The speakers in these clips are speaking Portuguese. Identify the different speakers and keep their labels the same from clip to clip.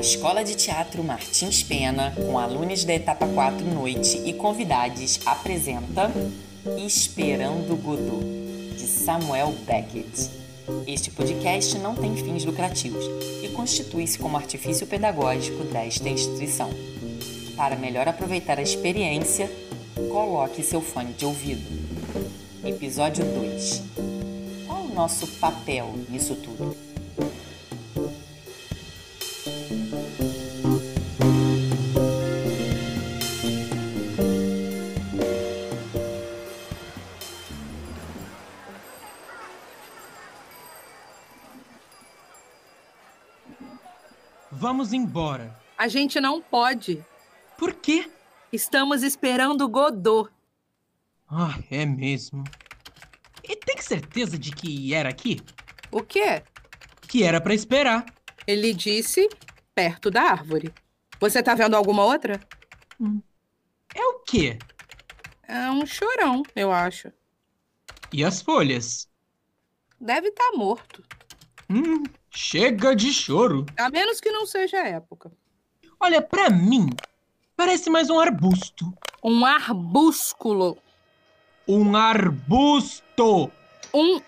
Speaker 1: Escola de Teatro Martins Pena, com alunos da etapa 4 noite e convidados, apresenta Esperando Godot, de Samuel Beckett. Este podcast não tem fins lucrativos e constitui-se como artifício pedagógico desta instituição. Para melhor aproveitar a experiência, coloque seu fone de ouvido. Episódio 2 Qual o nosso papel nisso tudo?
Speaker 2: Vamos embora.
Speaker 3: A gente não pode.
Speaker 2: Por quê?
Speaker 3: Estamos esperando o Godot.
Speaker 2: Ah, é mesmo. E tem certeza de que era aqui?
Speaker 3: O quê?
Speaker 2: Que era pra esperar.
Speaker 3: Ele disse perto da árvore. Você tá vendo alguma outra?
Speaker 2: É o quê?
Speaker 3: É um chorão, eu acho.
Speaker 2: E as folhas?
Speaker 3: Deve estar morto.
Speaker 2: Hum, chega de choro.
Speaker 3: A menos que não seja a época.
Speaker 2: Olha, pra mim, parece mais um arbusto.
Speaker 3: Um arbúsculo.
Speaker 2: Um arbusto!
Speaker 3: Um.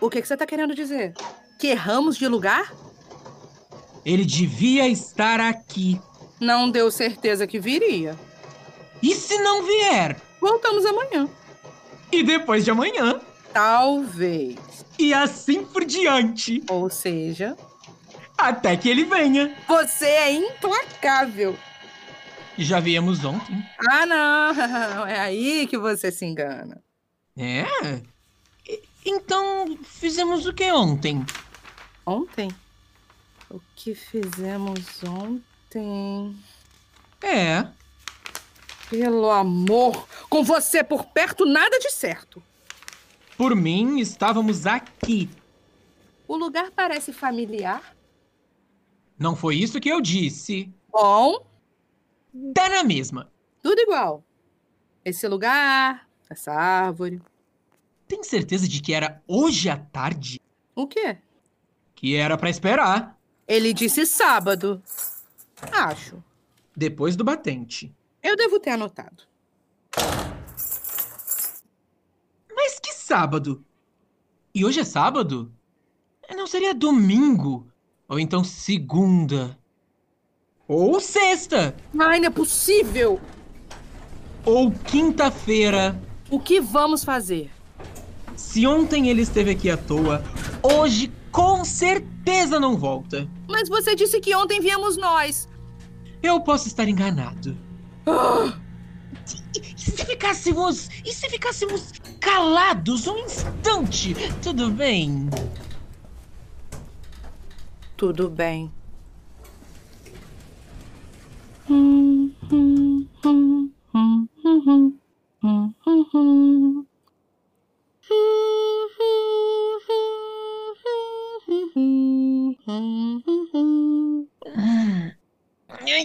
Speaker 3: O que, que você tá querendo dizer? Que erramos de lugar?
Speaker 2: Ele devia estar aqui.
Speaker 3: Não deu certeza que viria.
Speaker 2: E se não vier?
Speaker 3: Voltamos amanhã.
Speaker 2: E depois de amanhã?
Speaker 3: Talvez.
Speaker 2: E assim por diante.
Speaker 3: Ou seja,
Speaker 2: Até que ele venha.
Speaker 3: você é implacável.
Speaker 2: Já viemos ontem.
Speaker 3: Ah, não. É aí que você se engana.
Speaker 2: É? E- Então, fizemos o que ontem?
Speaker 3: Ontem? O que fizemos ontem?
Speaker 2: É.
Speaker 3: Pelo amor! Com você por perto, nada de certo!
Speaker 2: Por mim, estávamos aqui.
Speaker 3: O lugar parece familiar.
Speaker 2: Não foi isso que eu disse.
Speaker 3: Bom,
Speaker 2: Dá na mesma.
Speaker 3: tudo igual. Esse lugar, essa árvore.
Speaker 2: Tem certeza de que era hoje à tarde?
Speaker 3: O quê?
Speaker 2: Que era pra esperar.
Speaker 3: Ele disse sábado. Acho.
Speaker 2: Depois do batente.
Speaker 3: Eu devo ter anotado.
Speaker 2: Mas que sábado? E hoje é sábado? Não seria domingo? Ou então segunda? Ou sexta?
Speaker 3: Ai, não é possível!
Speaker 2: Ou quinta-feira?
Speaker 3: O que vamos fazer?
Speaker 2: Se ontem ele esteve aqui à toa, hoje com certeza não volta.
Speaker 3: Mas você disse que ontem viemos nós.
Speaker 2: Eu posso estar enganado.
Speaker 3: Ah,
Speaker 2: E se ficássemos. E se ficássemos calados um instante? Tudo bem.
Speaker 3: tudo bem.
Speaker 2: Ai,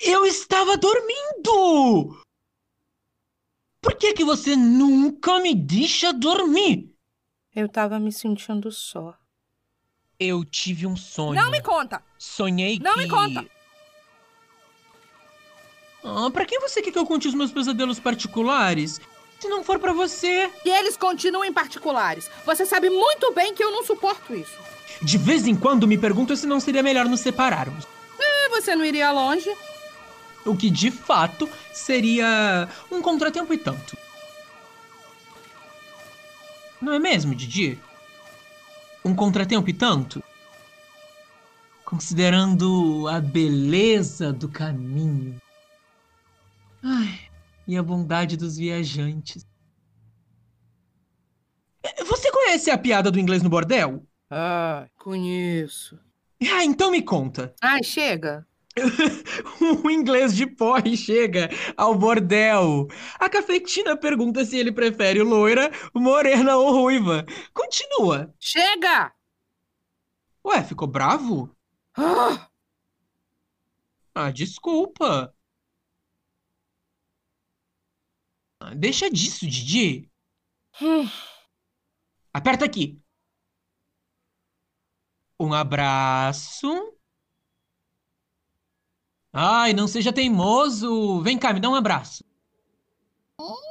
Speaker 2: Eu estava dormindo! Por que que você nunca me deixa dormir?
Speaker 3: Eu tava me sentindo só.
Speaker 2: Eu tive um sonho.
Speaker 3: Não me conta!
Speaker 2: Sonhei
Speaker 3: Não
Speaker 2: que...
Speaker 3: me conta.
Speaker 2: Ah, pra quem você quer que eu conte os meus pesadelos particulares? Se não for pra você...
Speaker 3: E eles continuem particulares. Você sabe muito bem que eu não suporto isso.
Speaker 2: De vez em quando me pergunto se não seria melhor nos separarmos.
Speaker 3: E você não iria longe?
Speaker 2: O que de fato seria um contratempo e tanto. Não é mesmo, Didi? Um contratempo e tanto? Considerando a beleza do caminho. Ai, e a bondade dos viajantes. Eh, Você Conhece a piada do inglês no bordel?
Speaker 3: Ah, conheço.
Speaker 2: Ah, então me conta.
Speaker 3: Ai, chega.
Speaker 2: O Um inglês de porre chega ao bordel. A cafetina pergunta se ele prefere loira, morena ou ruiva. Continua.
Speaker 3: Chega!
Speaker 2: Ué, ficou bravo?
Speaker 3: Ah,
Speaker 2: Ah, desculpa. Ah, Deixa disso, Didi.
Speaker 3: hum,
Speaker 2: Aperta aqui. Um abraço. Ai, não seja teimoso. Vem cá, me dá um abraço.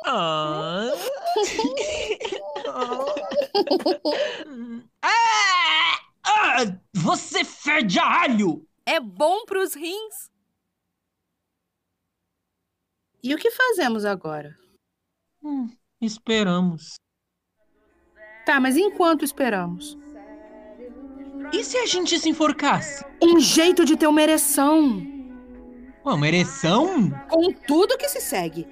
Speaker 2: Ah. Ah! Ah! Você fede a alho!
Speaker 4: É bom pros rins?
Speaker 3: E o que fazemos agora?
Speaker 2: Esperamos.
Speaker 3: Tá, mas enquanto esperamos?
Speaker 2: E se a gente se enforcasse?
Speaker 3: Um jeito de ter uma ereção.
Speaker 2: Uma ereção?
Speaker 3: Com tudo que se segue.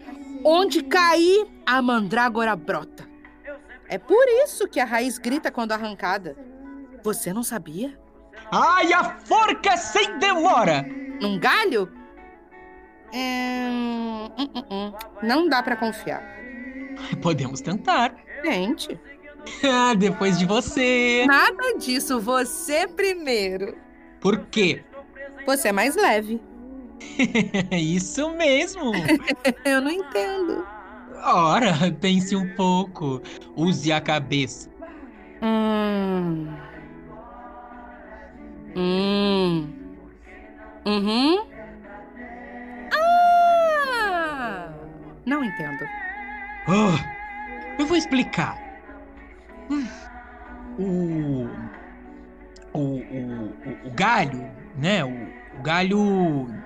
Speaker 3: Onde cair, a mandrágora brota. É por isso que a raiz grita quando arrancada. Você não sabia?
Speaker 2: Ai, a forca sem demora!
Speaker 3: Num galho? É... hum, hum, hum. Não dá pra confiar.
Speaker 2: Podemos tentar.
Speaker 3: Gente,
Speaker 2: Ah, depois de você.
Speaker 3: nada disso. Você primeiro.
Speaker 2: Por quê?
Speaker 3: Você é mais leve.
Speaker 2: É isso mesmo.
Speaker 3: Eu não entendo.
Speaker 2: Ora, pense um pouco. Use a cabeça.
Speaker 3: Hum. Hum. Uhum.
Speaker 4: Ah,
Speaker 3: Não entendo.
Speaker 2: Ah, eu vou explicar. Hum, O, o, o, o, o galho, né? O, o galho. O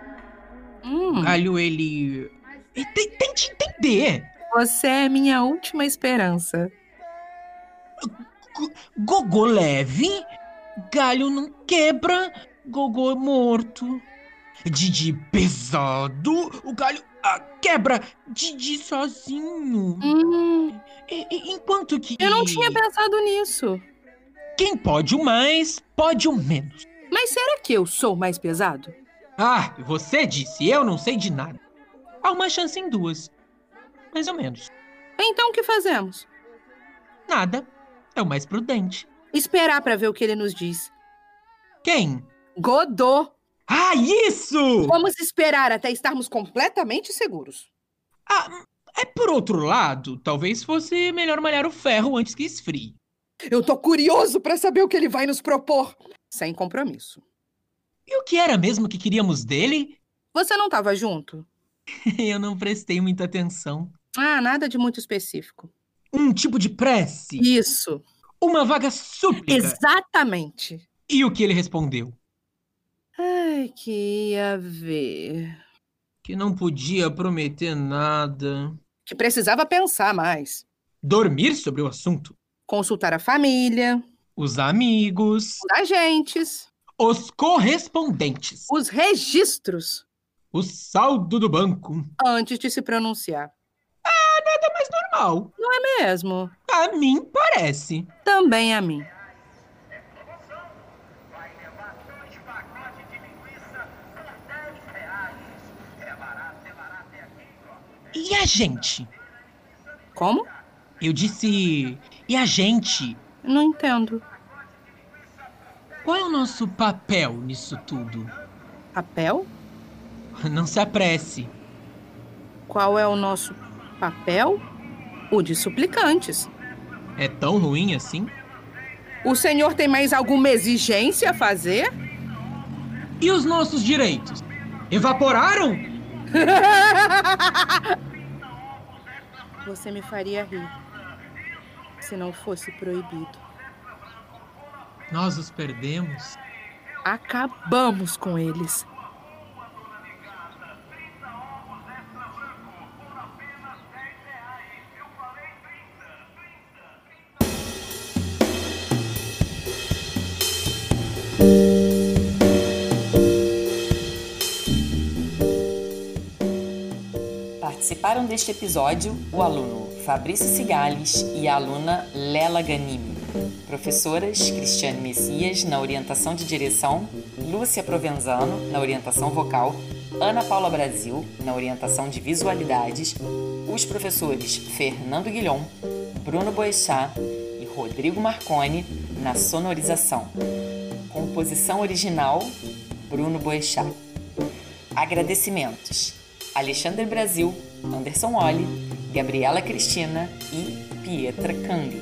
Speaker 3: Hum.
Speaker 2: galho, ele. ele tem- Tente entender.
Speaker 3: Você é minha última esperança.
Speaker 2: Gogô leve, galho não quebra, gogô morto. Didi pesado, o galho ah, quebra, Didi sozinho.
Speaker 3: Hum.
Speaker 2: E- e- enquanto que.
Speaker 3: Eu não tinha pensado nisso.
Speaker 2: Quem pode o mais, pode o menos.
Speaker 3: Mas será que eu sou mais pesado?
Speaker 2: Ah, você disse, eu não sei de nada. Há uma chance em duas. Mais ou menos.
Speaker 3: Então o que fazemos?
Speaker 2: Nada. É o mais prudente.
Speaker 3: Esperar pra ver o que ele nos diz.
Speaker 2: Quem?
Speaker 3: Godô!
Speaker 2: Ah, isso!
Speaker 3: Vamos esperar até estarmos completamente seguros.
Speaker 2: É por outro lado, talvez fosse melhor malhar o ferro antes que esfrie.
Speaker 3: Eu tô curioso pra saber o que ele vai nos propor. Sem compromisso.
Speaker 2: E o que era mesmo que queríamos dele?
Speaker 3: Você não tava junto?
Speaker 2: Eu não prestei muita atenção.
Speaker 3: Ah, nada de muito específico.
Speaker 2: Um tipo de prece,
Speaker 3: Isso,
Speaker 2: uma vaga súplica.
Speaker 3: exatamente.
Speaker 2: E o que ele respondeu?
Speaker 3: Ai, que ia ver.
Speaker 2: Que não podia prometer nada.
Speaker 3: Que precisava pensar mais.
Speaker 2: Dormir sobre o assunto.
Speaker 3: Consultar a família,
Speaker 2: Os amigos,
Speaker 3: os agentes,
Speaker 2: os correspondentes,
Speaker 3: os registros,
Speaker 2: o saldo do banco.
Speaker 3: antes de se pronunciar.
Speaker 2: Normal,
Speaker 3: Mesmo,
Speaker 2: a mim parece.
Speaker 3: também a mim.
Speaker 2: E a gente?
Speaker 3: Como?
Speaker 2: Eu disse. E a gente?
Speaker 3: Não entendo.
Speaker 2: Qual é o nosso papel nisso tudo?
Speaker 3: Papel?
Speaker 2: Não se apresse.
Speaker 3: Qual é o nosso papel? O de suplicantes.
Speaker 2: É tão ruim assim?
Speaker 3: O senhor tem mais alguma exigência a fazer?
Speaker 2: E os nossos direitos? Evaporaram?
Speaker 3: Você me faria rir se não fosse proibido.
Speaker 2: Nós os perdemos?
Speaker 3: Acabamos com eles.
Speaker 1: Participaram deste episódio o aluno Fabrício Cigales e a aluna Lela Ganimi. Professoras Cristiane Messias na orientação de direção, Lúcia Provenzano na orientação vocal, Ana Paula Brasil na orientação de visualidades, os professores Fernando Guilhom, Bruno Boechat e Rodrigo Marconi na sonorização. Composição original Bruno Boechat. Agradecimentos: Alexandre Brasil, Anderson Olli, Gabriela Cristina e Pietra Cambi.